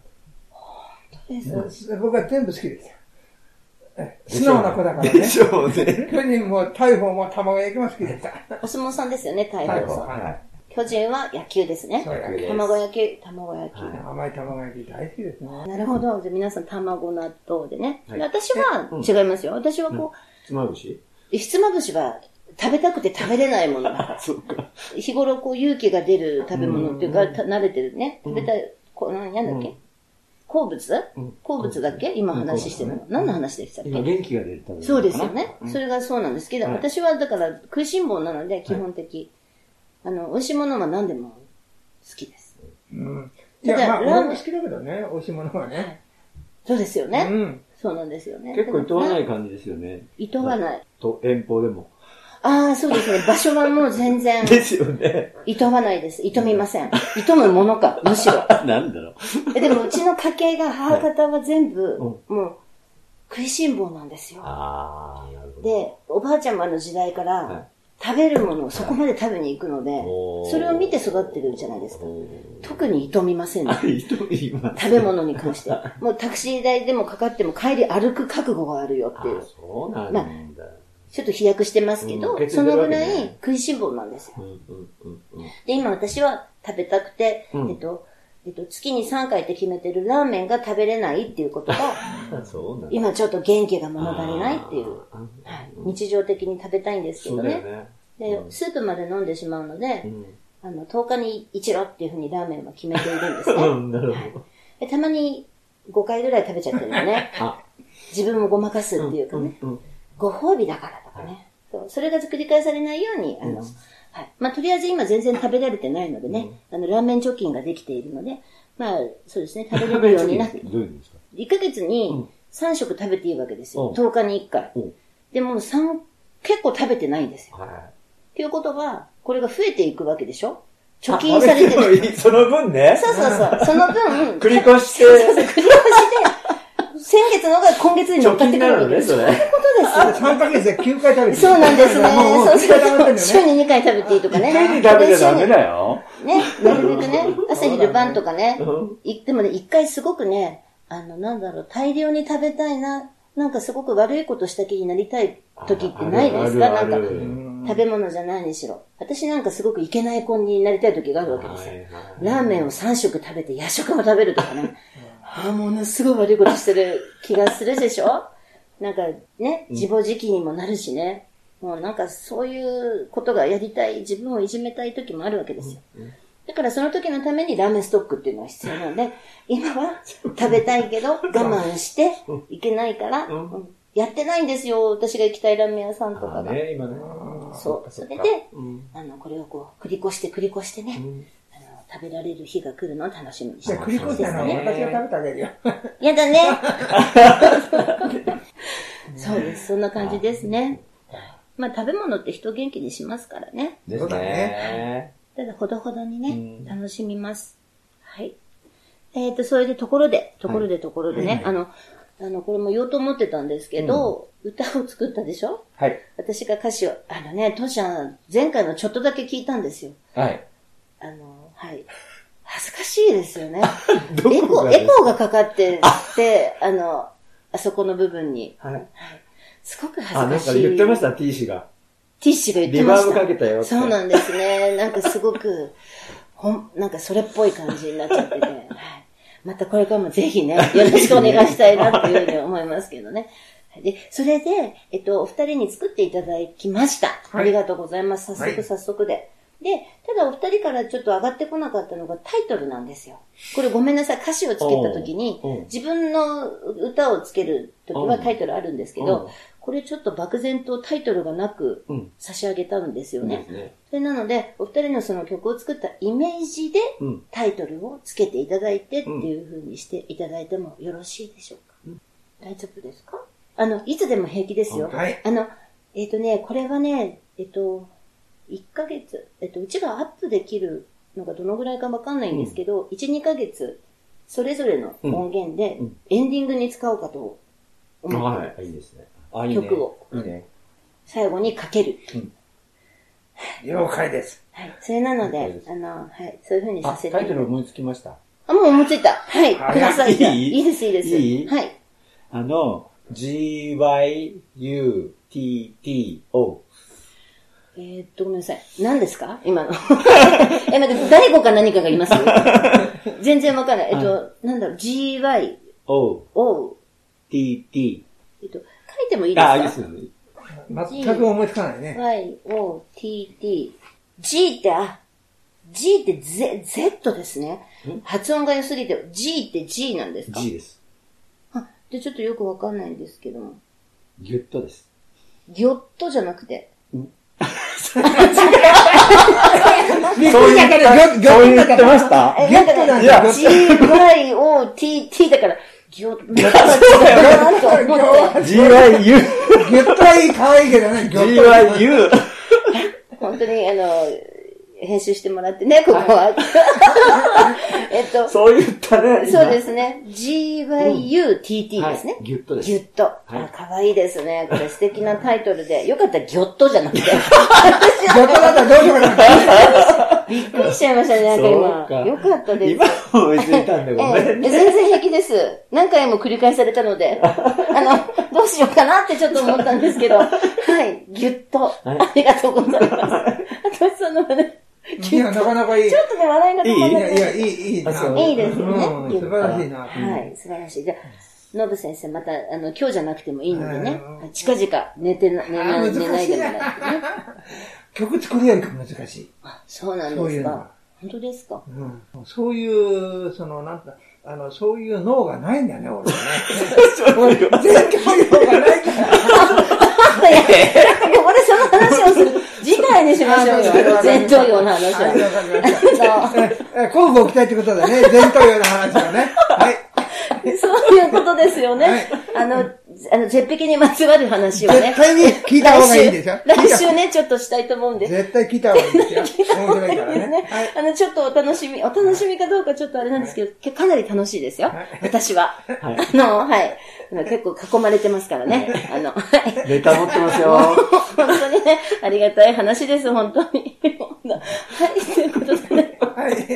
C: 僕は全部好きですよ。え素直な子だから
D: で
C: ね。
D: しょうね。
C: 巨人も大砲も卵焼きも好きでした。
A: お相撲さんですよね、大
C: 大
A: 砲。
C: 砲
D: はい。
A: 巨人は野球ですね。
C: そう
D: 野球です
A: 卵焼き、卵焼き。
D: はい
C: 甘い卵焼き大好きですね。
A: なるほど。じゃあ皆さん卵納豆でね。
D: はい
A: で私は違いますよ。私はこ
D: つまぶし
A: う、ひつまぶしは食べたくて食べれないものだ から。日頃こう勇気が出る食べ物っていうか、
C: うん
A: た慣れてるね。
D: うん
A: 食べたい、こう、なんなんだっけ、
D: うん
A: 好物
D: うん
A: 好物だっけ今話してるの。何の話でしたっ
D: 今
A: け
D: 元気が出るため
A: そうですよね。そ
D: れ
A: れがそうなんですけど、
D: はい
A: 私はだから食いしん坊なので、基本的、あの、美味しいものは何でも好きです。
C: うん。い
A: じゃあ
C: や、まあ、
A: ラーメン
C: 俺も好きだけどね、美味しいものはね。
A: そうですよ
C: う
A: ね。
C: ん。
A: そうなんですよね。
D: 結構いとわない
A: い。
D: 感じですよね。
A: いとわない。
D: と、遠方でも。
A: ああ、そうですね。場所はもう全然、
D: ですよね。
A: いとわないです。いとみません。いとむものか、むしろ。
D: なんだろう。
A: えでも、うちの家系が、母方は全部、
D: うん
A: もう、食いしん坊なんですよ。
D: あー、なるほど。
A: で、おばあちゃまの時代から、
D: はい
A: 食べるものをそこまで食べに行くので、
D: おー
A: それを見て育ってるじゃないですか。
D: お
A: 特にいとみませんね
D: ーあ。れ、人います
A: 食べ物に関して。もうタクシー代でもかかっても帰り歩く覚悟があるよってい
D: あ、
A: う。
D: そうなんだ。
A: ちょっと飛躍してますけど、
D: うん
A: そのぐら
D: 受け継いでるわけ
A: い
D: ね
A: 食いしん坊なんですよ。
D: うんうんうんうん。
A: で、今私は食べたくて、
D: うん
A: えっと、えっと、月に3回って決めてるラーメンが食べれないっていうことが、
D: あそうなんだ。
A: 今ちょっと元気が物足りないっていう。
D: あー。
A: はい、日常的に食べたいんですけ
D: そ
A: ど
D: うだよ
A: ね。
D: ね。
A: で、スープまで飲んでしまうので、
D: うん。
A: あの、10日に一度っていうふうにラーメンは決めているんです
D: う
A: ね。
D: ん、なるほど。
A: でたまに5回ぐらい食べちゃってるのね。
D: あ、
A: 自分もごまかすっていうかね。
D: んうん。
A: ご褒美だからとかね。そうそれが繰り返されないように、あの、
D: うん
A: はい。まあ、とりあえず今全然食べられてないのでね、あの、ラーメン貯金ができているので、まあ、そう ですね、食べれるようになって、
D: どういうんですか
A: 1ヶ月
D: う
A: に
D: ん
A: 3食食べていいわけですよ。
D: うん
A: 10日に1回
D: うん。
A: でも3、結構食べてないんですよ。
D: は
A: っていうことは、これが増えていくわけでしょ
D: い。
A: 貯金されてる。
D: る。その分ね。
A: そうそうそう。その分、
D: 繰り越し
A: そうそうそう
D: て、
A: 繰り越して、先月のが今月に乗
D: 貯
A: っかって
D: 金
A: くる
D: な
A: わけ
D: の
A: で
D: ね、
A: す。
D: そ
A: そういう
D: れ。
A: ことですよ。
C: 3ヶ月で9回食べてる。
A: そうなんです ね。
C: もう
A: そう
C: 9回食
A: そ
C: べてる
A: う。
C: んだ
A: 週
C: よね。
A: に2回食べていいとかね。
D: 食べちゃダメだよ。
A: 週にね、なるべくね、朝昼晩とかね
D: う。ん
A: いでもね、一回すごくね、あの、なんだろう、大量に食べたいな、なんかすごく悪いことした気になりたい時ってないですか
D: あ
A: な
D: あ
A: ん
D: るあ
A: か、
D: る
C: うん
A: 食べ物じゃないにしろ。私なんかすごくいけない子になりたい時があるわけですよ。ラーメンを3食食べて夜食も食べるとかね。ああ、ものすごい悪いことしてる気がするでしょなんかね、自暴自棄にもなるしね。もうなんかそういうことがやりたい、自分をいじめたい時もあるわけですよ。だからその時のためにラーメンストックっていうのは必要なので、今は食べたいけど 我慢していけないから、
D: うん
A: うんやってないんですよ、私が行きたいラーメン屋さんと
D: あ
A: か
D: ー
A: が。
D: ね、今ね。
A: そう。それで、
D: うん
A: あの、これをこう、繰り越して繰り越してね、
D: ん
A: あの食べられる日が来るのを楽しみにし
C: じ
A: て
C: ゃあ
A: ま
C: 繰
A: す。
C: り越したのは私が食べてあげるよ。
A: や だね。そうです。そんな感じですね。まあ食べ物って人を元気にしますからね。
D: で
C: そ
D: す
C: うだ
D: ね
C: ね。
A: ただほどほどに
D: うん
A: ね、楽しみます。はい。えっ、と、それでところで、ところでところでね、あの、あの、これも言おうと思ってたんですけど、歌を作ったでしょ
D: はい。
A: 私が歌詞を、あのね、トシゃん、前回のちょっとだけ聞いたんですよ。
D: はい。
A: あの、はい。恥ずかしいですよね。
D: ど
A: エ
D: こ
A: コ
D: が
A: ー、
D: です
A: エコーがかかってて、あの、あそこの部分に。
D: はい。
A: すごく
D: あ、
A: 恥
D: なん
A: ずか
D: か
A: しい。
D: 言ってました、T 氏が。
A: ティッシュが言って
D: リ
A: ま
D: バ
A: した。
D: ーブかけたよって。
A: そうなんですね。なんかすごく、ほん、なんかそれっぽい感じになっちゃってて、はい。またこれからもぜひね、よろしくお願いしたいなっていうふうに思いますけどね。で、それで、えっと、お二人に作っていただきました。
C: はい
A: ありがとうございます。早
C: は
A: 速
C: い
A: 早速で。で、ただお二人からちょっと上がってこなかったのがタイトルなんですよ。これごめんなさい、歌詞をつけた時に
D: おうおう、
A: 自分の歌をつける時はタイトルあるんですけ
D: うん
A: ど、これちょっと漠然とタイトルがなく
D: うん
A: 差し上げたんですよね。
D: ですね。
A: それなので、お二人のその曲を作ったイメージで
D: うん。
A: タイトルをつけていただいてっていう風にしていただいてもよろしいでしょうか、大丈夫ですかあの、いつでも平気ですよ。
C: はい。
A: あの、えっ、とね、これはね、えっ、と、1ヶ月、えっ、と、うちがアップできるのがどのぐらいかわかんないんですけど、1、2ヶ月、それぞれの音源で
D: うんうん
A: エンディングに使おうかと思って、
D: はい。いいですね。あ、いいね。
A: 曲を
D: いいね。
A: 最後にかける。
C: 了解です。
A: はい。それなの
D: 了解で
A: で、
D: す
A: あの、はい。そういう風に
D: あ、
A: させていただ
D: タイ
A: い
D: ト
A: て
D: ル思いつきました。
A: あ、もう思いついた。はい。
C: あ
A: ください。
D: いい
A: いいです、いいです。
D: いい
A: はい。
D: あの、gyutt, o
A: えーっと、ごめんなさい。何ですか今の。 え、待って、誰か何かがいます全然わかんない。えっと、なんだろう、GY
B: O,
A: を、
B: T, T.
A: えっと、書いてもいいです
B: あ
A: か
B: あ、いいですよね。
C: 全く思いつかないね。
A: Y, O, T, T. G って、あ、G って Z, Z ですね。発音が良すぎて、G って G なんですか
B: G です。
A: あ、で、ちょっとよくわかんないんですけども。
B: ギュッとです。
A: ギョッとじゃなくて。
C: びっくりだから、ギョギョッとだから。
B: ました
A: え、
C: ギョ
A: だか
C: ッとな
A: ら、
C: んだよ。
A: G, Y, O, T, T だから、ギョッと。ギョッと思って。
B: ?GYU。
C: ギョッとはいい、可愛いけどね、ギョッと。
B: GYU。
A: 本当に、あの、編集してもらってね、ここは。えっと、そ
B: そう言ったね。
A: うですね。GYUTT ですね
B: はい。ギュッとです
A: ギュッと。
B: はい
A: あ、かわいいですね。これ素敵なタイトルで。よかったらギョッとじゃなくて。
C: ギョッとだったらどうしようかな。
A: びっくりしちゃいましたね、なんか今。よかったです。
B: 今思いついたんで
A: え
B: ご
A: え
B: めんね。
A: 全然平気 です。何回も繰り返されたので、あの、どうしようかなってちょっと思ったんですけ ど、はい、ぎゅっと、ありがとうございます。私そのね、
C: いや、なかなかいい。い
A: ちょっとね、笑いが止まらな
C: や、
A: い。
C: いや、いい、いいな。
B: そう
A: いいですよね
C: うん素晴らしいな。
A: はい、素晴らしい。じゃあ、のぶ先生、また、あの、今日じゃなくてもいいのでね
C: う、
A: 近々寝てな、寝
C: あ
A: な
C: ー
A: い、寝な
C: 難
A: い
C: し
A: で
C: い
A: も
C: な
A: らってね。
C: 曲作るよりか難しい。
A: あそうなん
C: そうい
A: で
C: う
A: す
C: のは
A: か。本当ですか
C: うんそういう、その、なんか、あの、そういう脳がないんだね、俺はね。俺全然脳がないから。
A: いや、これその話をする、次回にしましょうよ。前頭葉の話
C: はい
A: は。
C: わかりましたええ交互期待ってことだね。前頭葉の話はね。はい。
A: そういうことですよね。
C: はい
A: あの、あの、絶壁にまつわる話をね。
C: 絶対に聞いた方がいいですよ。
A: 来週来週ね、ちょっとしたいと思うんで。
C: 絶対聞いた方がいいですよ。面白いか
A: で
C: ら
A: すね
C: ね。はい。
A: あの、ちょっとお楽しみ、お楽しみかどうかちょっとあれなんですけど、けかなり楽しいですよ。私は。あの、はい。結構囲まれてますからね。あの、はい。
B: ネタ持ってますよ。
A: 本当にね、ありがたい話です、本当に。はい、ということでね。
C: はい。
A: すいま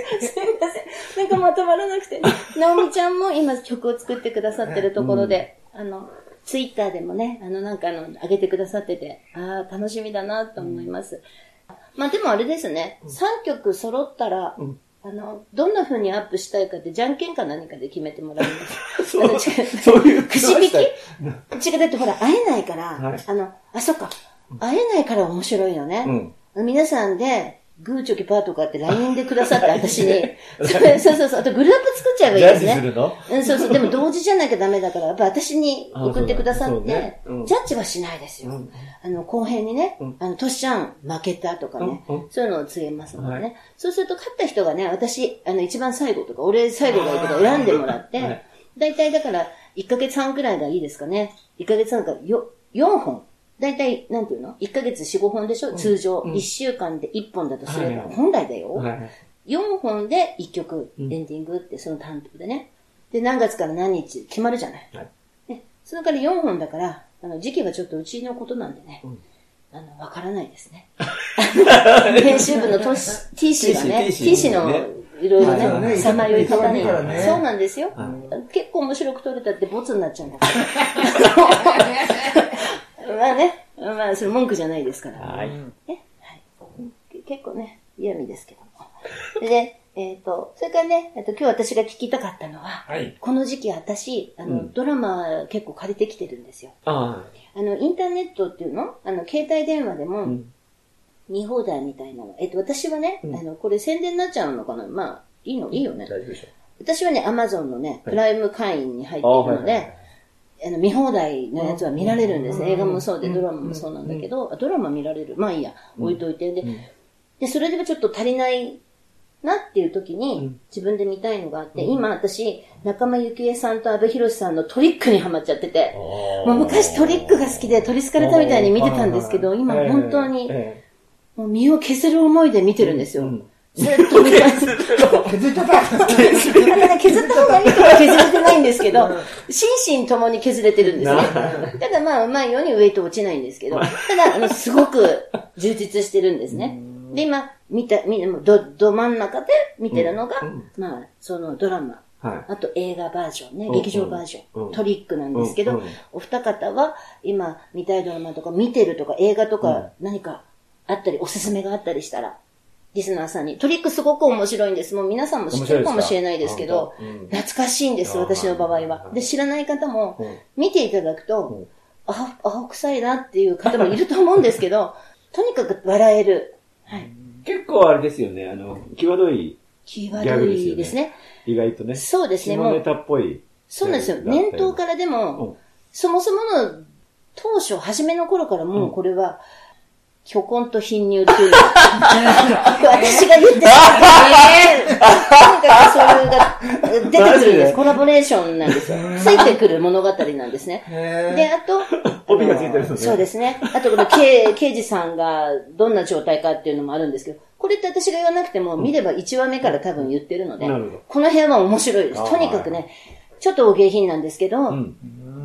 A: せん。なんかまとまらなくて、ね。なおみちゃんも今曲を作ってくださってるところで、あの、ツイッターでもね、あの、なんかあの、上げてくださってて、ああ、楽しみだなと思います。まあでもあれですね、3曲揃ったら、あの、どんな風にアップしたいかって、じゃんけんか何かで決めてもらいます。 そう
B: そういう
A: くじ引き違う、だってほら、会えないから、
B: はい
A: あの、あ、そっか、会えないから面白いよね。
B: うん
A: 皆さんで、グーチョキパーとかって LINE でくださって、私 に。それそうそうそう。あとグループ作っちゃえばいい
B: ジャ
A: で
B: ッ
A: す
B: ジす
A: ね
B: る。の
A: うん、そうそう。でも同時じゃなきゃダメだから、やっぱ私に送ってくださ
B: あそ
A: っ
B: う
A: て、
B: だねそうねうん
A: ジャッジはしないですよ。
B: うん
A: あの、後編にね、
B: うん
A: あの、トシちゃん負けたとかね、
B: うんうん
A: そういうのを告げますのでね。
B: はい
A: そうすると勝った人がね、私、あの、一番最後とか、俺最後がいいとか選んでもらって、
B: はい
A: だいたいだから、1ヶ月半くらいがいいですかね。1ヶ月半か、よ、4本。だいたい、なんていうの ?1 ヶ月4、5本でしょ通常。1週間で1本だとすれば、
B: はい
A: 本来だよ。
B: はい。
A: 4本で1曲、エン
B: ん
A: ディングってその担当でね。で、何月から何日決まるじゃない。
B: はい
A: ね、その代わり4本だから、あの、時期はちょっとうちのことなんでね。あの、わからないですね。編集部のトシ T 氏がね、
B: T 氏
A: T 氏の
B: ね
A: いろいろ
C: はい
A: ね、さまよい方に。
C: 忙しいからね
A: そうなんですよ
B: は。
A: 結構面白く撮れたってボツになっちゃうんだから。まあね、まあそれ文句じゃないですから。
B: はい。
A: け結構ね、嫌味ですけども。 で、えっ、と、それからね、えっと今日私が聞きたかったのは、
C: はい。
A: この時期私、あの、
B: うん
A: ドラマ結構借りてきてるんですよ。
B: あ
A: あの、インターネットっていうのあの、携帯電話で
B: あ。
A: も見放題みたいなの。えっと、私はね、
B: うん
A: あの、これ宣伝になっちゃうのかなまあ、いいの、いいよね
B: 大。丈夫でしょ
A: 私はね、アマゾンのね、
B: は
A: プ
B: い
A: ライム会員に入って
B: あ
A: い
B: は
A: る
B: い
A: の
B: はいはい
A: で、あの、見放題のやつは見られるんです。
C: うん
A: 映画もそうで、
C: うん
A: ドラマもそうなんだけど、あドラマ見られる。まあいいや、置いといて。で、で、それでもちょっと足りないなっていう時
B: う
A: に
B: ん、
A: 自分で見たいのがあって、今私、仲間由紀恵さんと阿部寛さんのトリックにハマっちゃってて、もう昔トリックが好きで取り憑かれたみたいに見てたんですけど、今本当に
B: え
A: もう身を削る思いで見てるんです
B: えう
A: よ。
B: ん
A: ずっと見てます。
C: 削っちゃった。
A: なんかね、削った方がいいとか削れてないんですけど、心身ともに削れてるんですね。ただまあ、うまいようにウェイト落ちないんですけど、ただ、あの、すごく充実してるんですね。で、今、見た、見ど、ど真ん中で見てるのが、まあ、そのドラマ。
B: はい。
A: あと映画バージョンね、
B: うん
A: 劇場バージョ
B: う
A: ン、
B: ん
A: トリックなんですけ
B: うん
A: ど
B: うん、
A: お二方は今見たいドラマとか見てるとか映画とか何かあったり、おすすめがあったりしたら、リスナーさんに。トリックすごく面白いんです。もう皆さんも知ってるかもしれないですけど、
D: 面白いですか、
A: 懐かしいんです、
D: あー
A: 私の場合
D: はいはい
A: は
D: は。い
A: で、知らない方も、
D: うんうん
A: 見ていただく
D: う
A: と
D: ん、
A: あ、青臭いなっていう方もいると思うんですけど、とにかく笑える。はい。
D: 結構あれですよね、あの、際どい、
A: 際どいですね。
D: 意外とね、
A: そうですね、
D: 下
A: も
D: ネ
A: う。
D: タっぽい。
A: そうなんですよ。
D: だったよ
A: 年頭からでも、
D: うん
A: そもそもの当初、初めの頃からもうこれは、虚婚と貧乳って いうのは、私が言ってた。とにかくそれが出てくるん
D: マジ
A: です。
D: で
A: コラボレーションなんですよ。ついてくる物語なんですね。で、
C: へ
A: あと、
D: 帯がついてるんですね
A: そうですね。あと、この刑刑事さんがどんな状態かっていうのもあるんですけど、これって私が言わなくても、見れば1話目から多分言ってるので、
D: なるほど
A: この辺は面白いで
D: あ
A: す。と
D: ー
A: にかくね、ちょっとお下品なんですけど、
D: うん。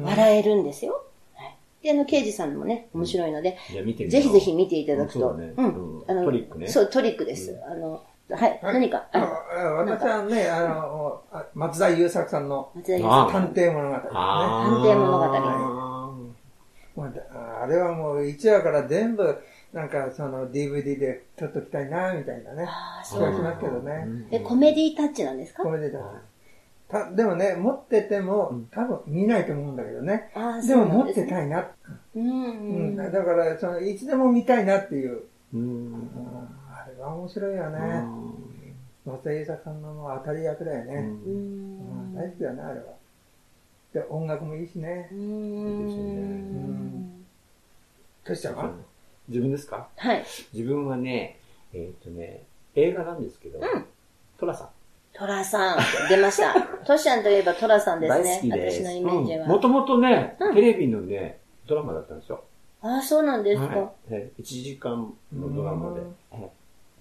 A: 笑えるんですよ。はいで、あの、刑事さんもね、面白いので、
D: じゃあ見てみよ
A: ぜ
D: う
A: ひぜひ見ていただくと。
D: そうだねうん
A: あの
D: トリックね
A: そう、トリックです。あの、はい、
C: はい
A: 何か
C: え
A: ある
C: 私はね、あの、あ松田優作さんの
A: 松田優
D: あ
A: さ
D: ー
C: 探偵物語ですね。
D: あー
A: 探偵物語
C: もうああれはもう1話から全部、なんかその DVD で撮っときたいな、みたいなね。
A: あー
C: 気
A: そう
C: がしますけどね。
A: ん。で、コメディタッチなんですか
C: これでだたでもね、持ってても多分見ないと思うんだけどね。
A: あー
C: で
A: そ
C: も
A: うなん
C: 持
A: です
C: って
A: ね。
C: たいな。
A: うん、
C: う
A: うんん。
C: だから、その、いつでも見たいなっていう。
D: うん。
C: うんあれは面白いよね。松田優作さんのもう当たり役だよ
D: う
C: ね。
A: うん
C: うん
A: ん
C: 大好きだね、あれは。で、音楽もいいしね。
A: う
D: いいですよね
A: ん。
C: としちゃんは
D: 自分ですか
A: はい。
D: 自分はね、えーっとね、映画なんですけど、
A: ん
D: トラさん。
A: トラさん、出ました。トシちゃんといえばトラさんですね。私のイメージは。
D: もともとね
A: うん、
D: テレビのね、ドラマだったんですよ。
A: ああ、そうなんですか。
D: はい。え1時間のドラマで
C: うん、
D: はい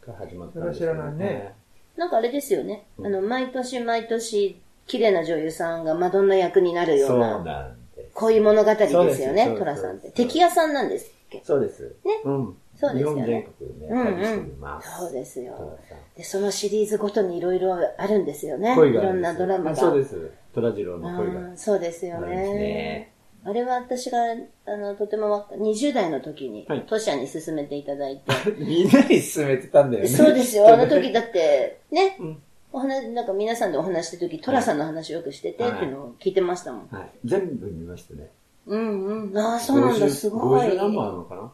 D: が始まったんですけ
C: それ
D: ど
C: は知らないね。
A: なんかあれですよね。
D: うん
A: あの、毎年毎年、綺麗な女優さんがマドンナ役になるよ
D: そうう
A: な、
D: なんです。
A: こういう物語ですよ
D: そうですそう
A: ね、
D: です
A: トラさんって。
D: そうです
A: 敵屋さんなんですっけ
D: そうです。ね。うん。
A: そうですよね
D: 日本全国でね、
A: うんうん
D: 旅しています。
A: そうですよ。
D: トラさん。
A: で、そのシリーズごとにいろいろあるんですよね。い
D: 恋があ
A: ろ
D: る
A: ん
D: です
A: なドラマが。
D: あそうです。虎次郎
A: あ
D: の恋が
A: ー。そうですよ
D: あるんです
A: ね。
D: ね。
A: あれは私が、あの、とても若20代の時に
D: はい、
A: トシちゃんに勧めていただいて、
D: みんなに勧めてたんだよね。
A: そうです よ。あの時だって、ね
D: うん、
A: お話、なんか皆さんでお話した時、トラさんの話をよくしてて、
D: はい
A: っていうのを聞いてましたもん。
D: はい。全部見ましたね。
A: うんうん。ああ、そうなんだ、
D: 50
A: すごい。
D: 50何本あるのかな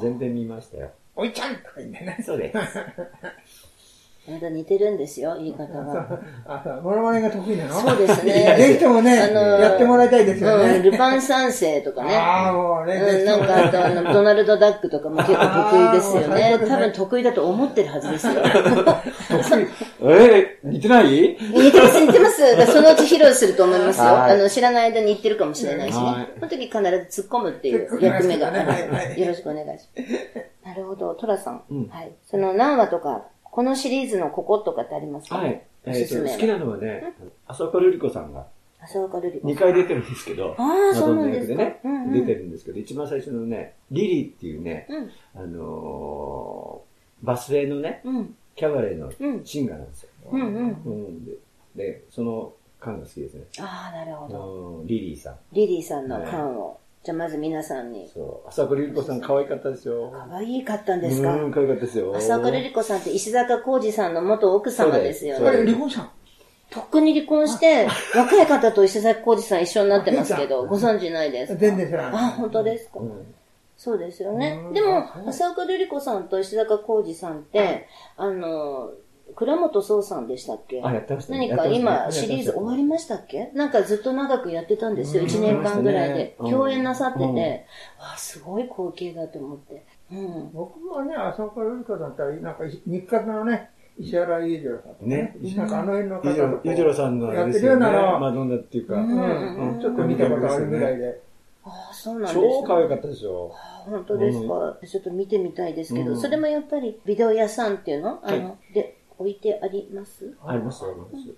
D: 全然見ましたよ。
C: おいちゃんとか言うんだよね。
D: そうです。
A: また似てるんですよ、言い方 が。
C: あ、そうモノマネが得意なの
A: そうですね。
C: ぜひともね、
A: あのー
C: やってもらいたいですよ
A: うん、
C: ね。
A: ルパン三世とかね。
C: ああ、もうね、
A: うん、
C: ぜひ
A: な
C: と
A: ん
C: も
A: かあとあ の、ドナルド・ダックとかも結構得意ですよね
C: あー。そういうことね
A: 多分得意だと思ってるはずですよ。
D: えー、似てない
A: 似てます、似てます。だからそのうち披露すると思いますよ。
D: はい
A: あの、知らない間に言ってるかもしれないし
D: はい
A: ね。その時必ず突っ込むっていう
C: 突っ込みま
A: 役
C: す
A: 目
C: ね
A: がある
C: はいはい
A: よろしくお願いします。なるほど、トラさん。
D: うん
A: はい。その何話とか、このシリーズのこことかってありますか
D: はい。え
A: おすす
D: ー
A: め
D: と、好きなのはね、浅岡瑠璃子さんが
A: 浅岡瑠璃子
D: 2回出てるんですけど、
A: ああ、
D: マ
A: そ
D: ド
A: う
D: ン
A: なん
D: ナ
A: で
D: 役
A: す
D: で
A: か。
D: ね
A: う、んう
D: 出
A: ん
D: てるんですけど、一番最初のね、リリーっていうね、
A: うん
D: あのー、バス停のね、
A: うん
D: キャバレーの
A: うん
D: シンガーなんですよ。
A: うんうん。
D: うん、でで、その感が好きですね。
A: ああ、なるほ
D: あ
A: ど。
D: のーリリーさん。
A: リリーさんの感を。じゃあまず皆さんに。
D: そう。浅岡瑠璃子さん可愛かったですよ。
A: 可愛かったんですか
D: うん、可愛かったですよ。
A: 浅岡瑠璃子さんって石坂浩二さんの元奥様ですよ
D: そう
A: ね。
D: です
C: え離婚したの
A: とっくに離婚して、若い方と石坂浩二さん一緒になってますけど、ご存知ないですか
C: 全然知らない
A: あ、本当ですか。
D: うん
A: そうですよね
C: う。ん
A: でも
C: あそ、う
A: 浅岡瑠璃子さんと石坂浩二さんって、あの、倉本壮さんでしたっけ
D: あ、やってましたね。
A: 何か今、シリーズ終わりま
D: し
A: したっけなんかずっと長くやってたんですよ。
C: うん
A: 1年間ぐらいで。
D: うん
A: 共演なさってて、
D: うん
A: わあ、すごい光景だと思って。うん。
C: 僕はね、浅岡瑠璃子さんって、なんか日活のね、石原裕次郎さんとか
D: ね
C: なんかあの辺の方
D: ゆじろ
C: と、
D: ゆじろさんのあれですよね。
C: やってるような
D: マドンナっていうか、
A: うん
C: うん、ちょっと見たことあるぐらいで。
A: ああ、そうなんですね
D: 超可愛かったですよ。
A: あ本当ですか、ちょっと見てみたいですけど、
D: うん
A: それもやっぱりビデオ屋さんっていうのあの、
D: は
A: で、置いてあります
D: ありますよ、ありますよ。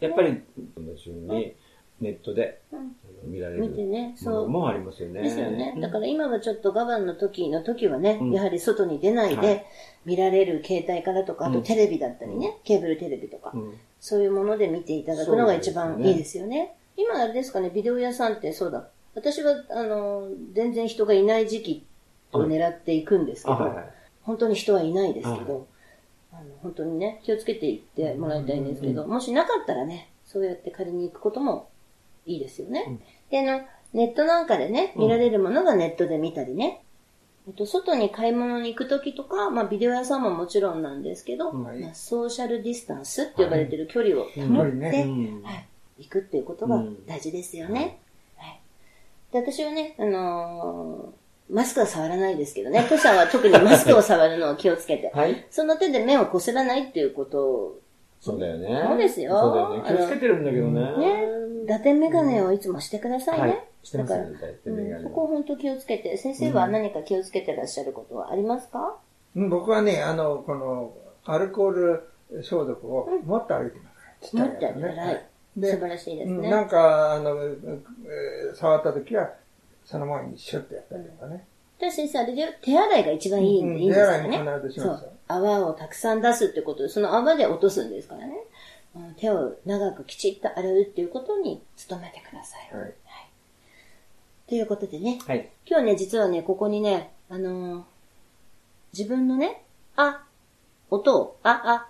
D: やっぱり、同じように、ネットで
A: うん
D: 見られ
A: 見て
D: る
A: ね、
D: も
A: そ
D: の
A: う。
D: もありますよね。、
A: ですよね。だからら今はちょっと我慢の時の時はね、
D: うん
A: やはり外に出ない
D: はい
A: で見られる携帯からとか、あと
D: うん
A: テレビだったりね、ケーブルテレビとか、
D: うん
A: そういうもので見ていただくのが一
D: そ
A: 番
D: うで
A: い
D: すね
A: いですよね。今あれですかね、ビデオ屋さんってそうだ。私は、あの、全然人がいない時期を狙っていくんですけ
D: あ、
A: ど、
D: はいはい。
A: 本当に人はいないですけど、あの本当にね、気をつけていってもらいたいんですけど、もしなかったらね、そうやって借りに行くこともいいですよね。
D: うん
A: で、あの、ネットなんかでね、見られるものがネットで見たりね、あと外に買い物に行くときとか、まあビデオ屋さんももちろんなんですけど、
C: はい
A: まあソーシャルディスタンスって呼ばれてる距離を
C: やっ
A: 保
C: ぱ
A: っ
C: り
A: て、
C: ね、
D: ん
A: はい、行くっていうことが大事ですよね。はい、で私はね、あのーマスクは触らないですけどね、トシさんは特にマスクを触るのを気をつけて、
D: はい。
A: その手で目をこすらないっていうこと
D: そうだよね。
A: そうですよ
D: そうだよね。気をつけてるんだけど
A: をね
D: ね。、
A: 打点メガネをいつもしてください
D: は
A: ね。
D: い。してますね、大体
A: う
D: メ
A: ん
D: ガネ
A: そこを本当気をつけて、先生は何か気をつけてらっしゃることはありますか、
C: うん僕はね、あの、この、アルコール消毒を持って歩いてますから。
A: 持って
C: ちっちゃいやつ
A: 偉い。
C: で
A: 素晴らしいです
C: うん
A: ね。
C: なんか、あの、えー触った時は、その前にシュッてやったりとかね。
A: じゃあ先生、あれで手洗いが一番いいん
C: うん
A: でいいんですかね。
C: 手洗いも必ずし
A: そ
C: ますよ
A: う。泡をたくさん出すってことで、その泡で落とすんですからね。うん手を長くきちっと洗うっていうことに努めてください。
C: はい
A: ということでね、
D: はい。
A: 今日ね、実はね、ここにね、あのー自分のね、あ、音を、あ、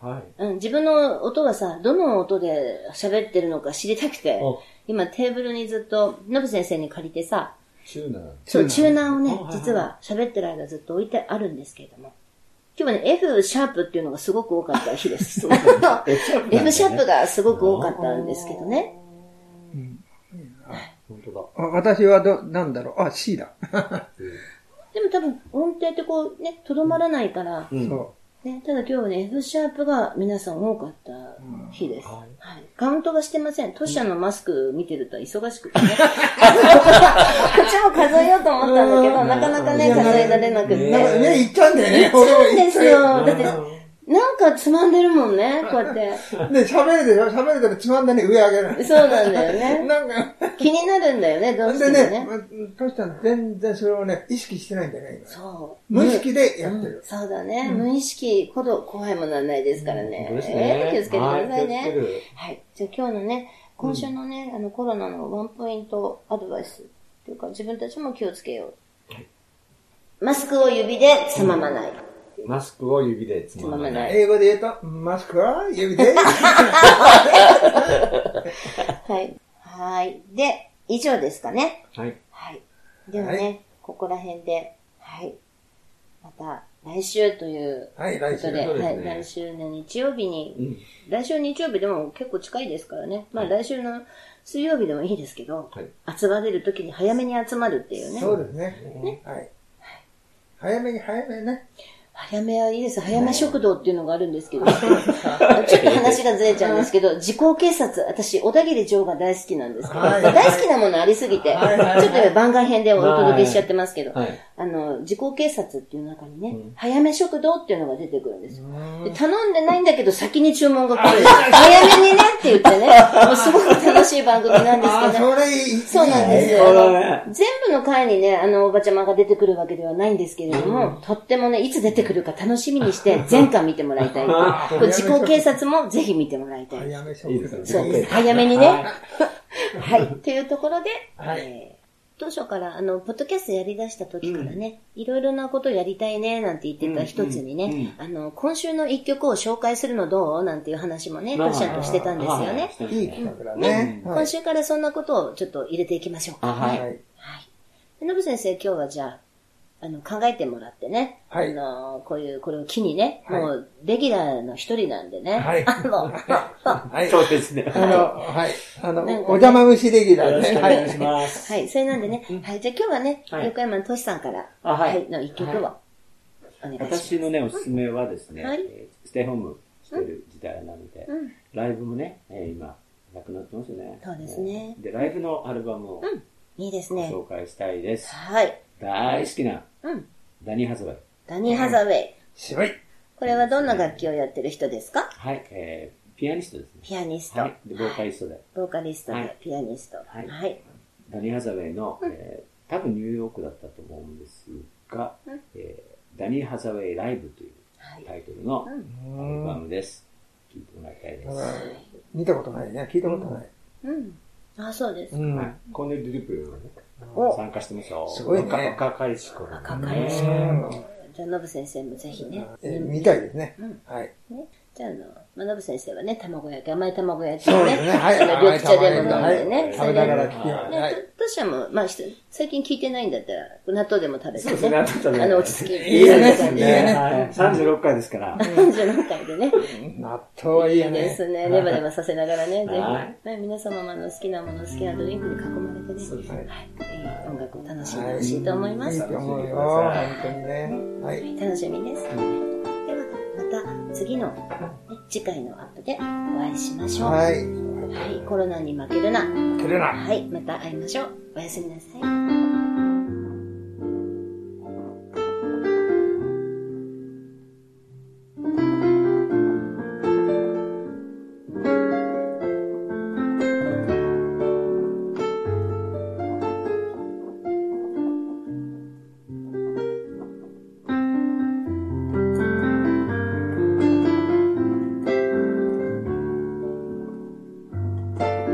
D: はい。
A: あ、うん、自分の音はさ、どの音で喋ってるのか知りたくて、
D: あ
A: 今テーブルにずっと、のぶ先生に借りてさ、
D: チューナー。
A: そう、チューナーをね
D: あ、はい
A: 実は喋ってる間ずっと置いてあるんですけれども。今日はね、F シャープっていうのがすごく多かった日です。
D: そうなんだ F シャープなんだね
A: F シャープがすごく多かったんですけどね。
C: うん
D: 本当だ。
C: あ私はど、なんだろう。あ、C だ。
A: でも多分音程ってこうね、とどまらないから、
D: うん
C: そ
A: ね、ただ今日はね、F シャープが皆さん多かった日です。
D: うん
A: はい、カウントがしてません。トシャのマスク見てると忙しくてね。こっちも数えようと思ったんだけど、なかなかね、
C: うん
A: 数えられなくて。
C: う。なんかね、行っちゃうんだよ ね。
A: そうですよ。だって、
D: う
A: なんかつまんでるもんね、こうやって。
C: で、喋るでしょ喋るからつまんだね、上上げる。
A: そうなんだよね。
C: なんか、
A: 気になるんだよね、どうして
C: で
A: も
C: ね
A: ね。、
C: トシちゃん全然それをね、意識してないんだよね、今。
A: そう。
C: 無意識でやってる。
A: そうだね。無意識ほど怖いものはないですからね。
D: んです
A: え
D: ね
A: ー気をつけてください
D: はい気をつけ
A: ね。
D: る
A: はい。じゃあ今日のね、今週のね、あのコロナのワンポイントアドバイスっていうか、自分たちも気をつけよう。マスクを指でつままない。
D: マスクを指でつまま
A: つままな
D: ないい。
C: 英語で言うと、マスクは 指で。
A: はい。はい。で、以上ですかね。
D: はい。
A: はい。ではね、
C: はい
A: ここら辺で、はい。また来週という
C: はい、
A: こ
C: 来週
A: と。で、
D: そうです
A: はい、
D: ね
A: 来週の日曜日に、
D: うん
A: 来週日曜日でも結構近いですからね。まあ来週の水曜日でもいいですけど、
D: はい。
A: 集まれる時に早めに集まるっていうね。
C: そうですね。はい。早めに早めにね。
A: 早めはいいです。早め食堂っていうのがあるんですけど、ちょっと話がずれちゃうんですけど、時効警察、私、小田切城が大好きなんですけど、
C: はい
A: 大好きなものありすぎて、ちょ
C: はいはいはい
A: っとね番外編でお届けしちゃってますけど、
D: はい。
A: あの、時効警察っていう中にね、
D: うん
A: 早め食堂っていうのが出てくるんですよ。で頼んでないんだけど先に注文が来るんですよ。早めにねって言ってね、もうすごく楽しい番組なんです
C: ああ、
A: けど、
C: それいい。
A: そうなんです
D: な
A: よ。
D: るほどね
A: あの全部の回にね、あの、おばちゃまが出てくるわけではないんですけれども、とってもね、いつ出てくるか楽しみにして、全巻見てもらいたい。これ時効警察もぜひ見てもらいたい。
C: 早め
D: いい
C: 食
D: ですね。
A: そうです。
D: はい
A: 早めにね。はい。というところで、
C: はい
A: えー当初から、あの、ポッドキャストやり出した時からね、いろいろなことやりたいね、なんて言ってた一つにね、あの、今週の一曲を紹介するのどうなんていう話もね、
D: まあ
A: 当社としてたんですよね。
D: はい
C: いい企画だね。は。
A: 今週からそんなことをちょっと入れていきましょうか。
D: あはい
C: はい。
A: はい。のぶ先生、今日はじゃあ、あの、考えてもらってね。
C: はい
A: あの、こういう、これを機にね、
C: はい
A: もう、レギュラーの一人なんでね。
C: はい
A: あの、
C: はい。
D: そうですね。
C: あの、はい。あの、
A: なんかね
C: お邪魔虫レギュラー
D: よろし
C: ね。
D: くお
C: は
D: 願いし
C: い。
D: ます。
A: はい、それなんでね。はい、じゃあ今日はね、
D: はい
A: 横山としさんから、
D: あはい
A: の一曲を、お願いします。
D: 私のね、おすすめはですね、
A: はい
D: えーステイホームしてる時代なので、
A: うん
D: ライブもね、えー今、なくなってますよね。
A: そうですね
D: で、ライブのアルバムを
A: いいですね。
D: 紹介したいです。
A: はい。
D: 大好きな
A: うん。
D: ダニー・ハズウェイ。
A: ダニー・ハザウェイ。
C: 渋い。
A: これはどんな楽器をやってる人ですか
D: はい、えー、ピアニストですね。
A: ピアニスト。
D: はい、で、ボーカリストで。
A: ボーカリスト
D: は
A: で
D: い、
A: ピアニスト。
D: はい
A: はい。
D: ダニー・ハザウェイの、えー多分ニューヨークだったと思うんですが、
A: うん
D: えーダニー・ハザウェイ・ライブという
A: はい
D: タイトルの
A: うん
C: う
D: アルバ
C: ん
D: ムです。聴いてもらいたいです。
C: 見たことないね。聞いたことない。
A: うん。あ、そうです
C: う。
D: はい
C: ん。
D: コーネル・ドゥルプがね
A: お
D: 参加してますよ。
C: すごいね
D: 若若かりし頃の
A: 若かり
D: ね
A: し
C: うん
A: 頃のじゃあ、ノブ先生もぜひね。
C: え見たいですね。
A: うん
C: はい。
A: ね。じゃあ、あの、まあ、ノブ先生はね、卵焼き、甘い卵焼き
C: そ
A: を
C: うで
A: ね、
C: すね。はい。
A: あの緑茶でも飲んで
C: は
A: ね
C: い。
A: そ
C: 食
A: れ
C: べ
A: で
C: ながら聞きます。は
A: ね
C: い。、
A: と、としゃも、まあ、ひと最近聞いてないんだったら、納豆でも食べて、
B: そうですね、あとね
A: あの、落ち着き。
C: いいよねいいよね
B: はい36回ですから。
A: 感 じの中でね。
C: 納豆はいいよね。
A: ですね。ネバネバさせながらね、ぜ
B: はい
A: ひ、ね、皆様もあの好きなもの、好きなドリンクに囲まれてね、
B: そうですね
A: はい、いい音楽を楽しんでほしいと思いま
C: い
A: す。
C: い
A: は
C: と思うよ。
B: は
C: 本当にね。はい。
A: い、楽しみです。では、また次の、ね次回のアップでお会いしましょう。は、
C: はいい。
A: コロナに負けるな。
C: 照れな。
A: はい、また会いましょう。おやすみなさい。
E: 「